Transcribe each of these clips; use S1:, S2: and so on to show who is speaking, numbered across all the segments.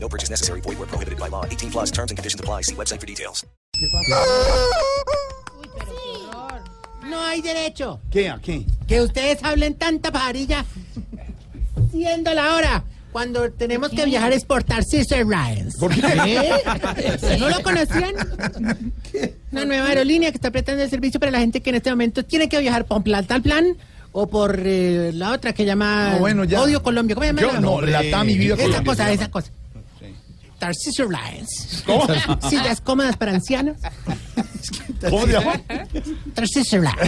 S1: No purchase necessary. Void where prohibited by law. 18 plus terms and conditions apply. See website for details.
S2: No hay derecho
S3: ¿Qué? ¿A qué?
S2: que ustedes hablen tanta pajarilla siendo la hora cuando tenemos que viajar a exportar Sister Ryan.
S3: ¿Por qué?
S2: ¿No lo conocían? Una nueva aerolínea que está prestando el servicio para la gente que en este momento tiene que viajar por Plata al Plan o por eh, la otra que llama
S3: No, bueno, ya.
S2: Odio Colombia. ¿Cómo se llama?
S3: Yo no, la TAM y vida
S2: Esa
S3: Colombia
S2: cosa,
S3: se
S2: esa
S3: llama.
S2: cosa. Tarsis Airlines.
S3: ¿Cómo?
S2: Sillas cómodas para ancianos.
S3: ¿Cómo se llama?
S2: Tarsis Airlines.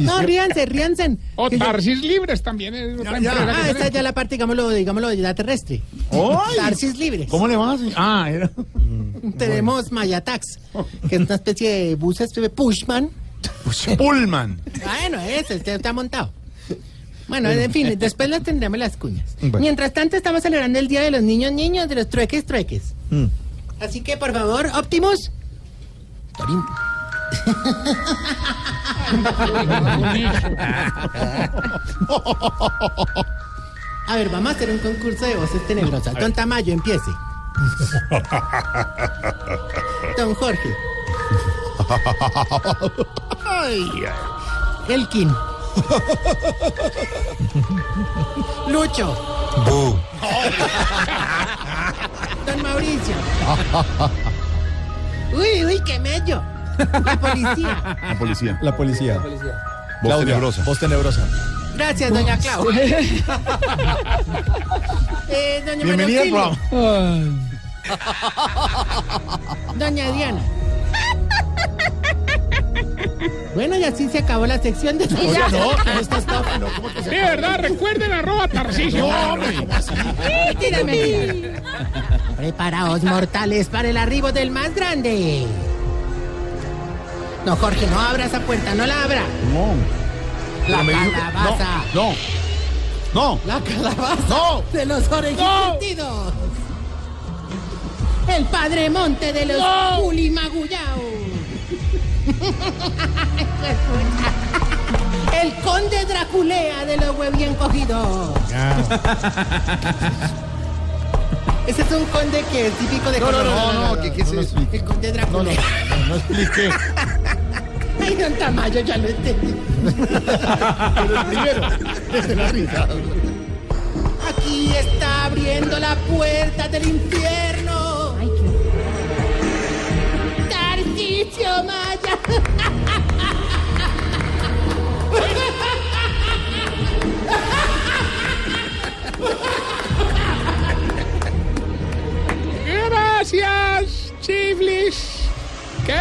S2: No, ríanse, ríanse.
S4: O
S2: Que yo-
S4: Tarsis Libres también es otra
S3: ya.
S4: empresa
S2: Ah,
S4: que
S2: esta
S4: tiene.
S2: es ya la parte, digámoslo, digámoslo, de la terrestre.
S3: ¡Ay!
S2: Tarsis libres.
S3: ¿Cómo le vas? Ah, era...
S2: Tenemos Mayatax, que es una especie de buses de pushman.
S3: Pullman.
S2: Bueno, ese este está montado. Bueno, en fin, después las tendremos las cuñas.
S3: Bueno.
S2: Mientras tanto, estamos celebrando el Día de los Niños Niños, de los Trueques Trueques. Así que, por favor, Optimus. A ver, vamos a hacer un concurso de voces tenebrosas. Don Tamayo, empiece. Don Jorge. Elkin. Lucho. Don Mauricio. uy, uy, qué mello. La policía.
S3: La policía.
S5: La policía.
S3: Voz
S5: Claudia,
S3: tenebrosa.
S5: Voz tenebrosa.
S2: Gracias, doña Claudia. Eh, doña María
S3: Bienvenida al
S2: Auxilio.
S3: programa.
S2: Doña Diana. Bueno, y así se acabó la sección de...
S3: Oiga, no, que no está estafa, no, ¿cómo que
S4: De
S3: se-
S4: verdad, recuerden arroba Tarcisio.
S2: Mentira, mentira. Preparaos, mortales, para el arribo del más grande. No, Jorge, no abra esa puerta, no la abra.
S3: No.
S2: La
S3: Pero me dijo que-
S2: calabaza.
S3: No, no.
S2: La calabaza
S3: No.
S2: de los orejitos. El padre monte de los culimagullao. El conde Draculea de los bien cogidos. Ese es un conde que es típico de Colombia.
S3: no, no, que- que se-
S2: El conde Draculea.
S3: No expliqué.
S2: Ay, don Tamayo, ya lo entendí.
S3: Primero, desde la risa.
S2: Aquí está abriendo la puerta del infierno. Ay, qué... Tarcicio Maya.
S4: Gracias, Chiflis. ¿Qué,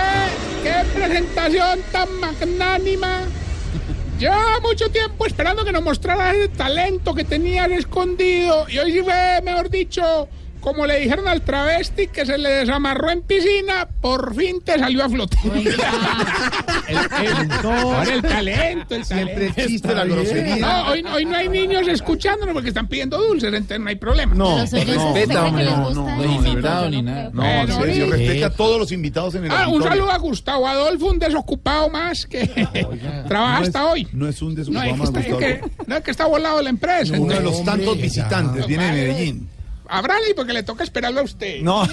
S4: qué presentación tan magnánima. Llevaba mucho tiempo esperando que nos mostraras el talento que tenían escondido. Y hoy sí fue, mejor dicho, como le dijeron al travesti que se le desamarró en piscina, por fin te salió a flote. Ahora el talento, el
S3: Siempre
S4: talento.
S3: existe la grosería.
S4: No, hoy, hoy no hay niños escuchándonos porque están pidiendo dulces, entonces no hay problema.
S3: No,
S6: Los oyentes
S3: no,
S6: respeta,
S3: no,
S6: hombre,
S3: no,
S6: les gusta
S3: no,
S6: el
S3: no, de verdad.
S6: invitado ni nada.
S3: No, en
S4: Pero
S3: serio,
S4: sí.
S3: respeta a todos los invitados en el
S4: Ah, un
S3: auditorio.
S4: saludo a Gustavo Adolfo, un desocupado más que trabaja
S3: No es-
S4: hasta hoy.
S3: No es un
S4: No,
S3: desocupado
S4: es que,
S3: más,
S4: está, es
S3: Gustavo.
S4: que- no, es que está volado la empresa.
S3: Uno de
S4: entonces-
S3: los tantos visitantes viene de Medellín.
S4: Habrá alguien porque le toca esperarlo a usted.
S3: No,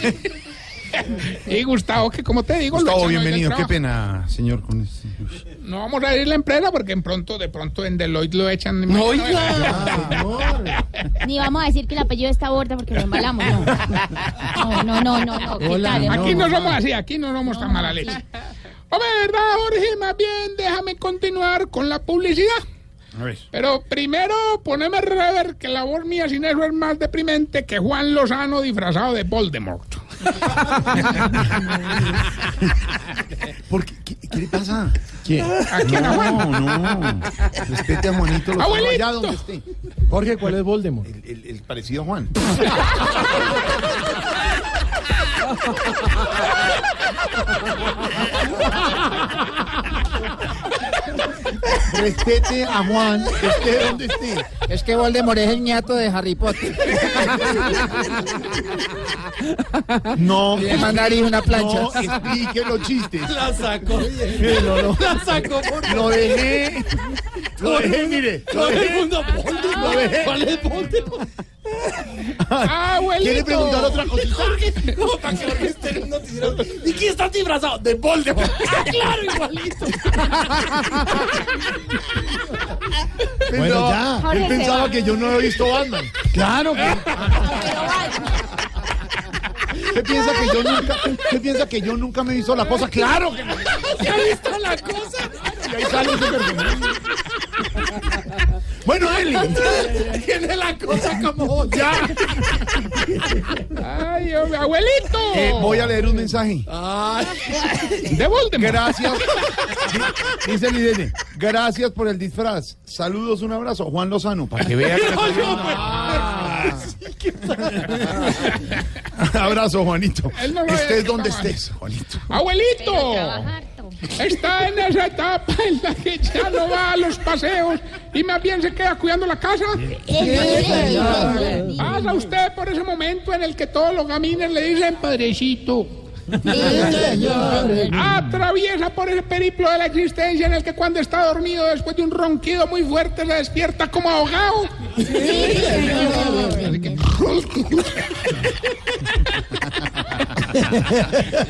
S4: Y Gustavo, que como te digo, lo
S3: Gustavo,
S4: echaron hoy del
S3: bienvenido. Qué
S4: trabajo.
S3: pena, señor, con este- Ush.
S4: No vamos a abrir la empresa porque en pronto, de pronto en Deloitte lo echan. Ah,
S6: Ni vamos a decir que el apellido está borda porque lo embalamos. No, no, no, no. no, ¿Qué tal?
S4: Aquí no, somos así, aquí no somos tan mala leche. Hombre, ¿verdad, Jorge? Más bien, déjame continuar con la publicidad.
S3: A ver.
S4: Pero primero poneme rever que la voz mía sin eso es más deprimente que Juan Lozano disfrazado de Voldemort.
S3: ¿Por qué, qué, qué le pasa? ¿Qué?
S4: ¿A quién, a Juan?
S3: No, no. Respete a Juanito. Lozano,
S4: Abuelito.
S3: allá donde esté.
S5: Jorge, ¿cuál es Voldemort?
S3: El, el- el parecido a Juan. Respete a Juan, esté donde esté.
S5: Es que Voldemort es el ñato de Harry Potter.
S3: No,
S5: Le mandar una plancha.
S3: no explique los chistes.
S7: La sacó.
S3: Lo, lo-
S7: La sacó por
S3: lo dejé. Lo dejé, mire. Lo
S7: todo el
S3: dejé.
S7: mundo. Voldemort.
S3: Lo dejé.
S7: ¿Cuál es Voldemort?
S4: Abuelito.
S3: ¿Quiere preguntar otra cosita?
S7: No, para que Jorge esté en un noticiero. ¿De quién estás disfrazado? De Voldemort. ¡Ah, claro, igualito!
S3: Bueno,
S6: Jorge
S3: ya. Él
S6: se
S3: pensaba
S6: va.
S3: que yo no había visto Batman. Claro que. ¿Qué piensa que yo nunca, qué piensa que yo nunca me he visto la cosa? Claro que no.
S7: ¿Se ha visto la cosa?
S3: Y ahí sale Superman. Bueno, Eli.
S7: Tiene la cosa como
S3: Ya.
S4: Ay, hombre, abuelito.
S3: Eh, voy a leer un mensaje.
S4: De Voldemort.
S3: Gracias. Dice Lidene. Gracias por el disfraz. Saludos, un abrazo. Juan Lozano. Para que vea.
S7: No, yo, pues.
S3: Ah. abrazo, Juanito.
S4: Él no lo
S3: estés
S4: ve,
S3: donde
S4: Juan.
S3: estés, Juanito.
S4: Abuelito.
S6: Trabajar, to-
S4: Está en esa etapa en la que ya no va a los paseos y más bien se queda cuidando la casa. Pasa usted por ese momento en el que todos los gamines le dicen padrecito. Atraviesa por ese periplo de la existencia en el que cuando está dormido después de un ronquido muy fuerte se despierta como ahogado.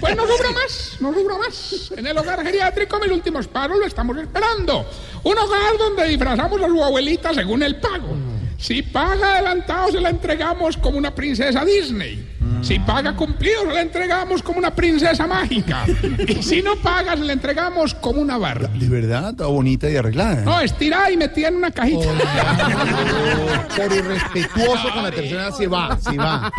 S4: Pues no sufra más, no sufra más. En el hogar geriátrico mis últimos paros lo estamos esperando. Un hogar donde disfrazamos a su abuelita según el pago. Si paga adelantado se la entregamos como una princesa Disney. Si paga cumplido se la entregamos como una princesa mágica. Y si no paga se la entregamos como una barra.
S3: De verdad, está bonita y arreglada.
S4: No, estirada y metida en una cajita.
S3: Por irrespetuoso con la tercera se va, se va.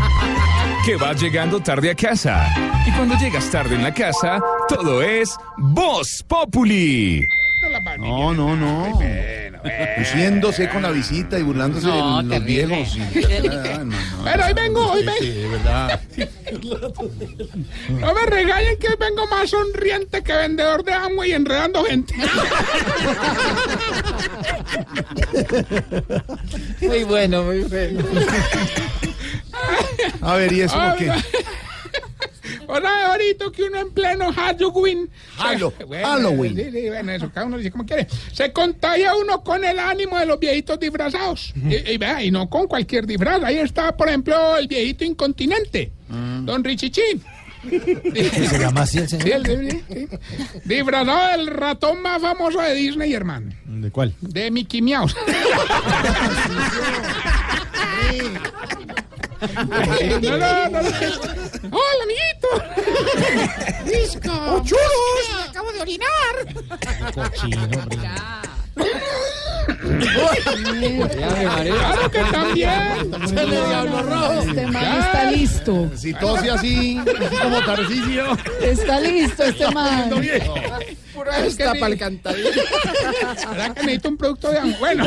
S8: que va llegando tarde a casa. Y cuando llegas tarde en la casa, todo es Voz Populi.
S4: No la van, niña.
S3: No, no, no. Luciéndose con la visita y burlándose de los viejos. y- Ah, no, no.
S4: Pero hoy vengo, hoy vengo.
S3: Sí, de verdad.
S4: No me regañen que hoy vengo más sonriente que vendedor de agua y enredando gente.
S5: Muy bueno, muy bueno.
S3: A ver, ¿y eso
S4: Ah,
S3: por qué?
S4: Hola, ahorita que uno en pleno Halloween.
S3: Hallo-
S4: Bueno,
S3: Halloween.
S4: Sí, sí, bueno, eso cada uno dice como quiere. Se contagia uno con el ánimo de los viejitos disfrazados. y, y vea, y no con cualquier disfraz. Ahí está, por ejemplo, el viejito incontinente, don Richichín.
S5: Mm. Se llama así el señor.
S4: Sí, el de- sí. Disfrazado del ratón más famoso de Disney, hermano.
S3: ¿De cuál?
S4: De Mickey Mouse. No, no, no, no. Hola, amiguito. Disco. ¡Oh, chulos! Me acabo de orinar. Claro que también.
S9: Este man está listo.
S3: Si tose así, así como Tarcisio.
S9: Está listo este man.
S5: Está pa'l cantadito.
S4: ¿Será que necesito un producto de agua? Bueno.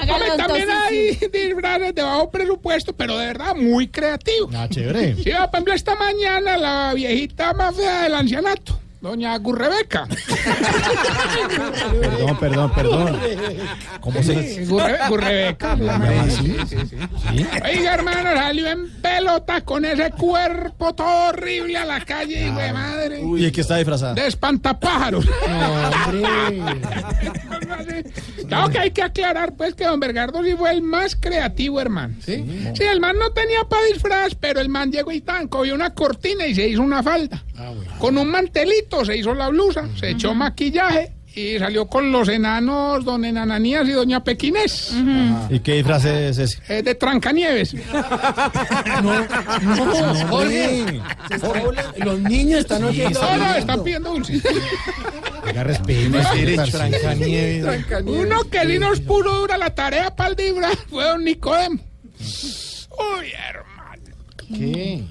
S6: Hágale
S4: Hombre,
S6: dos
S4: también
S6: dosis,
S4: hay disfraces de bajo presupuesto, pero de verdad muy creativos.
S3: Ah, chévere.
S4: Sí, por ejemplo, esta mañana la viejita más fea del ancianato, doña Gurrebeca.
S3: Perdón, perdón, perdón. ¿Cómo se
S4: Gurre- Gurrebeca.
S3: así?
S4: Oiga, hermano, salió en pelota con ese cuerpo todo horrible a la calle, hijo de madre.
S3: Y es que está disfrazada.
S4: De espantapájaros.
S3: Hombre.
S4: Claro que hay que aclarar, pues, que Don Bergardo sí fue el más creativo, hermano. Sí, Sí, el man no tenía para disfraz, pero el man llegó y tan, cogió una cortina y se hizo una falda. Con un mantelito se hizo la blusa, se echó maquillaje y salió con los enanos, don Enananías y doña Pequinés,
S3: ¿Y qué disfraz es ese?
S4: eh, de Trancanieves.
S2: Jorge, se está burlando. los niños están oyendo.
S4: No, no, están pidiendo dulces.
S3: Haga respeto. Trancanieves.
S4: Uno que sí nos puso dura la tarea para el disfraz fue don Nicodemo. Uy, hermano.
S3: ¿Qué?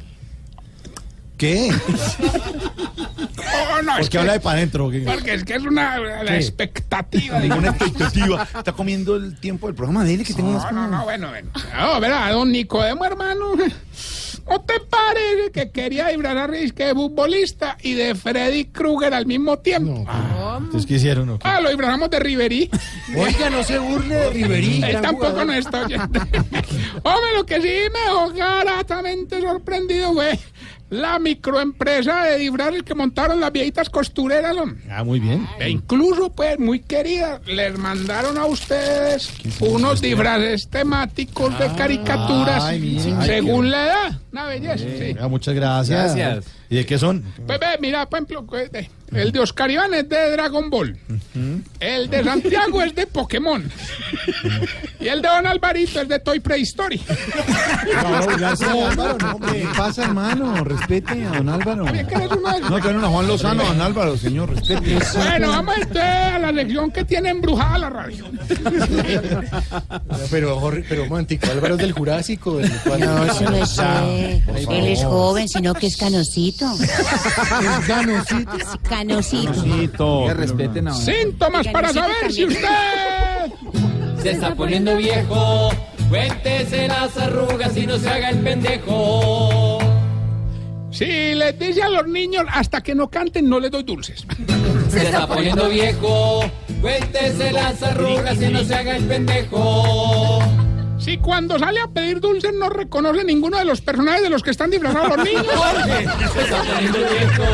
S3: ¿Qué?
S4: Oh, no, es
S3: Porque
S4: que-
S3: habla de para adentro. ¿Qué?
S2: Pues
S4: Porque es que es una la expectativa. digo.
S3: Ninguna expectativa. Está comiendo el tiempo del programa. Dile que tengo
S4: Ah, oh, No, no, no, bueno, bueno. No, verá, don Nicodemo, hermano. ¿O te parece que quería Ibrar a Risque de futbolista y de Freddy Krueger al mismo tiempo?
S10: Entonces, ¿qué hicieron? o qué?
S4: Ah, lo Ibrahamos de Riverí.
S7: Oiga, no se burle de Riverí.
S4: Él tampoco no está oyendo. Hombre, lo que sí me dejó gratamente sorprendido fue la microempresa de Ibrahim que montaron las viejitas costureras, hombre.
S10: Ah, muy bien.
S4: E incluso, pues, muy querida, les mandaron a ustedes unos disfraces temáticos de caricaturas
S10: Ah, ay, mire.
S4: sin-
S10: Ay,
S4: según
S10: qué-
S4: la edad. Una belleza, sí.
S10: Ah, muchas gracias.
S4: Gracias.
S10: ¿Y de qué son?
S4: Pues, ve, mira, por ejemplo, que- de- el de Oscar Iván es de Dragon Ball. El de Santiago es de Pokémon. Y el de Don Alvarito es de Toy Prehistory.
S3: ¿Qué pasa, hermano? Respete a don Álvaro.
S4: que eres una-
S3: No, que no, a Juan Lozano, a don Álvaro, señor, respete.
S4: Bueno, vamos entonces a la lección que tiene embrujada la radio.
S5: Pero, Jorge, pero Mántico, Álvaro es del Jurásico. Del
S11: No, eso no es. eh, Él es joven, sino que es canosito. Es canosito. Canosito.
S10: Que respeten a
S4: Síntomas para saber si usted
S12: Se está poniendo viejo. Cuéntese las arrugas y no se haga el pendejo.
S4: Si les dice a los niños hasta que no canten, no les doy dulces.
S12: Se está poniendo viejo. Cuéntese las arrugas y no se haga el pendejo.
S4: Si cuando sale a pedir dulces no reconoce ninguno de los personajes de los que están disfrazados los niños.
S12: Se está poniendo viejo.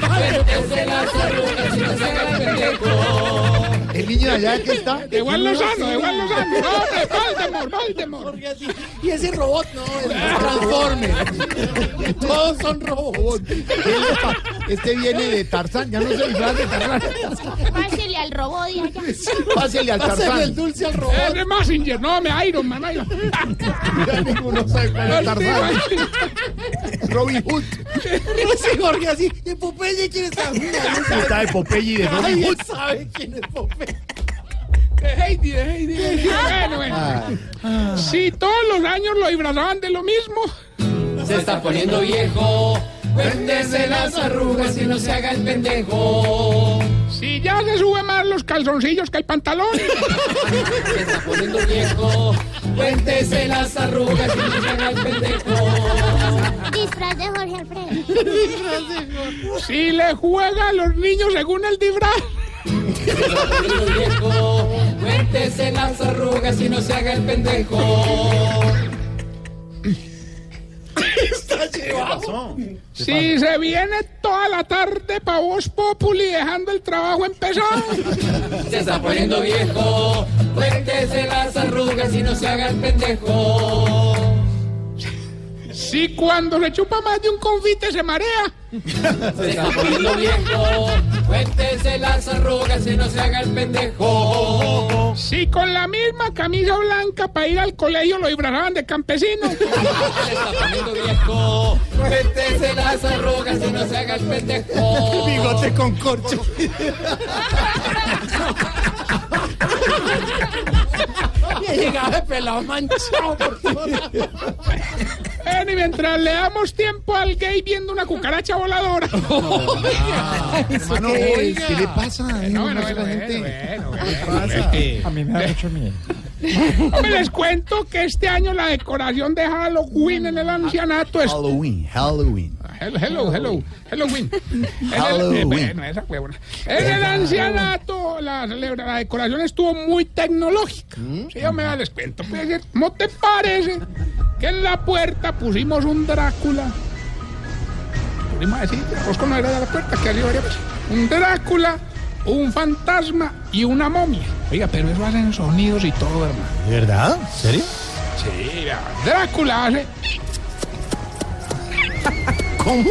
S12: Cuéntese las arrugas y no se haga el pendejo.
S3: El niño de allá que está.
S4: De Juan Lozano, de Juan Lozano. ¡Hombre, Voldemort, Voldemort!
S5: Y ese robot, no, es transforme. Todos son robots.
S3: Este viene de Tarzán, ya no se disfraz de Tarzán.
S6: Pásele al robot y allá.
S3: Pásele al
S5: Pásele
S3: Tarzán.
S5: el dulce al robot.
S4: Es de Massinger, no, me Iron Man, Iron Man.
S3: Ya ninguno sabe cuál es Tarzán. Robin Hood.
S5: No sé, Jorge, así. ¿Y Popeye quién está?
S3: Está de Popeye y de Robin
S5: Nadie
S3: Hood.
S5: sabe quién es Popeye.
S4: De Eh, Heidi, de Heidi, de Heidi. Bueno,
S3: Ah.
S4: bueno. Si todos los años lo disfrazaban de lo mismo.
S12: Se está poniendo viejo. Cuéntese las arrugas y no se haga el pendejo.
S4: Si ya se sube más los calzoncillos que el pantalón.
S12: Se está poniendo viejo. Cuéntese las arrugas y no se haga el pendejo.
S6: Disfraz de Jorge Alfredo.
S4: Si le juega a los niños según el disfraz.
S12: Poniendo viejo. Cuéntese las arrugas y no se haga el pendejo.
S4: Si se viene toda la tarde pa' vos Populi dejando el trabajo empezado.
S12: Se está poniendo viejo. Cuéntese las arrugas y no se haga el pendejo.
S4: Si cuando le chupa más de un confite se marea.
S12: Se está poniendo viejo. Cuéntese las arrugas y no se haga el pendejo.
S4: Si con la misma camisa blanca para ir al colegio lo libraban de campesino.
S12: Se está poniendo viejo. Cuéntese las arrugas y no se haga el pendejo.
S5: Bigote con corcho. Y llegaba pelado manchado por todos lados.
S4: Bueno, y Eh, mientras le damos tiempo al gay viendo una cucaracha voladora.
S3: Hermano, ¿qué le pasa?
S12: Eh,
S4: No,
S3: No,
S4: bueno, bueno, bueno, bueno, bueno.
S10: A mí me da mucho miedo.
S4: Hombre, les cuento que este año la decoración de Halloween en el ancianato es
S3: Halloween, Halloween.
S4: Hello, hello, hello, Halloween. En el-
S3: Halloween.
S4: eh, bueno, esa huevona. En el ancianato, la, celebra- la decoración estuvo muy tecnológica. Si yo me da les cuento, pues, ¿cómo te parece que en la puerta pusimos un Drácula? Pusimos así, vos con la de la puerta, que así varias veces. Un Drácula, un fantasma y una momia. Oiga, pero eso hacen sonidos y todo, hermano.
S10: ¿De verdad? ¿En serio?
S4: Sí, vea, Drácula hace.
S3: ¿Cómo?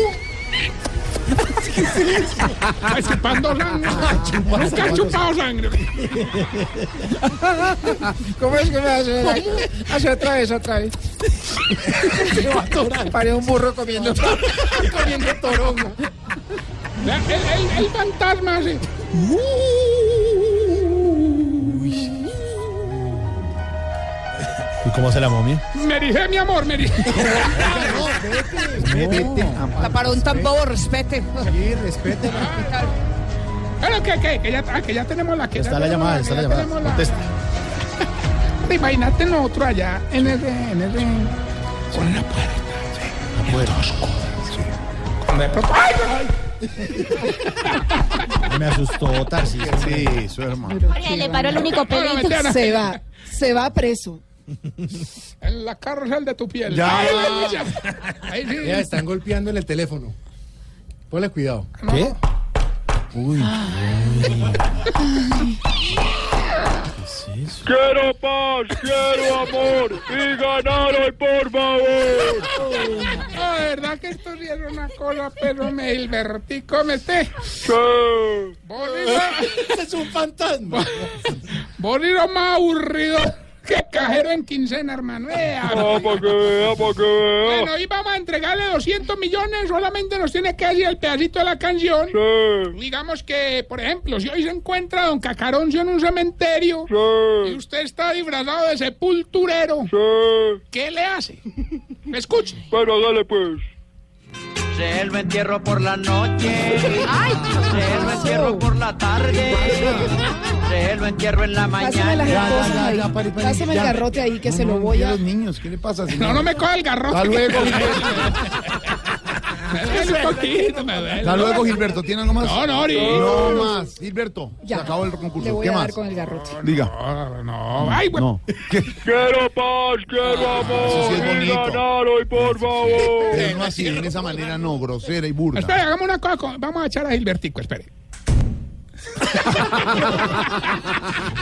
S4: Está chupando sangre. Nunca ha chupado sangre.
S5: ¿Cómo es que me hace? Hace otra vez, otra vez. Se va a atorar. Paré un burro comiendo, comiendo torongo.
S4: La- El, el- el fantasma hace.
S10: ¿Y cómo hace la momia?
S4: Me dije, mi amor, me dije.
S3: Vete,
S9: La paró un tambor, respete.
S3: Sí, respete.
S4: Bueno, que, que, que, ya, ah, que ya tenemos la que.
S10: Está
S4: ya
S10: la
S4: tenemos
S10: llamada,
S4: que
S10: está
S4: ya
S10: la llamada.
S4: tenemos la-
S10: Contesta.
S4: Te imaginaste nosotros allá en el. En el con la puerta. sí.
S13: Me asustó Tarcisio.
S12: Sí, su hermano.
S6: Jorge le paró el único pelito.
S2: Se va, se va preso.
S4: En la cárcel de tu piel.
S14: Ya.
S4: Ay, ya. Ahí sí.
S14: Ya están golpeando en el teléfono. Ponle cuidado.
S4: ¿Qué?
S14: Uy.
S8: Quiero paz, quiero amor y ganaron, por favor.
S4: La verdad que esto sí era una cosa, pero me divertí, cómete. Es un fantasma. Boliro más aburrido que cajero en quincena, hermano. Eh,
S8: Ah, pa' que vea, pa' que vea.
S4: Bueno, hoy vamos a entregarle 200 millones, solamente nos tiene que decir el pedacito de la canción. Digamos que, por ejemplo, si hoy se encuentra don Cacaroncio en un cementerio y usted está disfrazado de sepulturero, ¿qué le hace? ¿Me escuche?
S8: Pero dale pues.
S15: Se lo entierro por la noche. Se lo entierro por la tarde. Se lo entierro en la mañana.
S2: Pásame las esposas ahí.
S12: pare, pare,
S2: Pásame el
S12: ya.
S2: garrote ahí que se lo
S12: No,
S2: voy
S12: mira
S2: a.
S12: los niños, ¿qué le pasa?
S4: No, no me coja el garrote.
S12: Hasta luego,
S4: Gilberto.
S12: Hasta luego, Gilberto. ¿Tiene algo más?
S4: No, no, ahorita.
S12: No más. Gilberto, se acabó el concurso.
S2: Le voy
S12: ¿Qué
S2: a
S12: más?
S2: dar con el garrote.
S12: Diga.
S4: No, ay, güey.
S12: No. Ah,
S8: Quiero paz, quiero amor
S12: es
S8: y
S12: bonito.
S8: ganar hoy, por favor.
S12: Eh, No así, en esa manera no, grosera y burda.
S4: Espere, hagamos una cosa. con- Vamos a echar a Gilbertico, espere.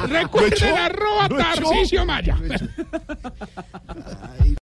S4: Recuerden arroba
S12: ¿Lo echó?
S4: Tarcisio Maya.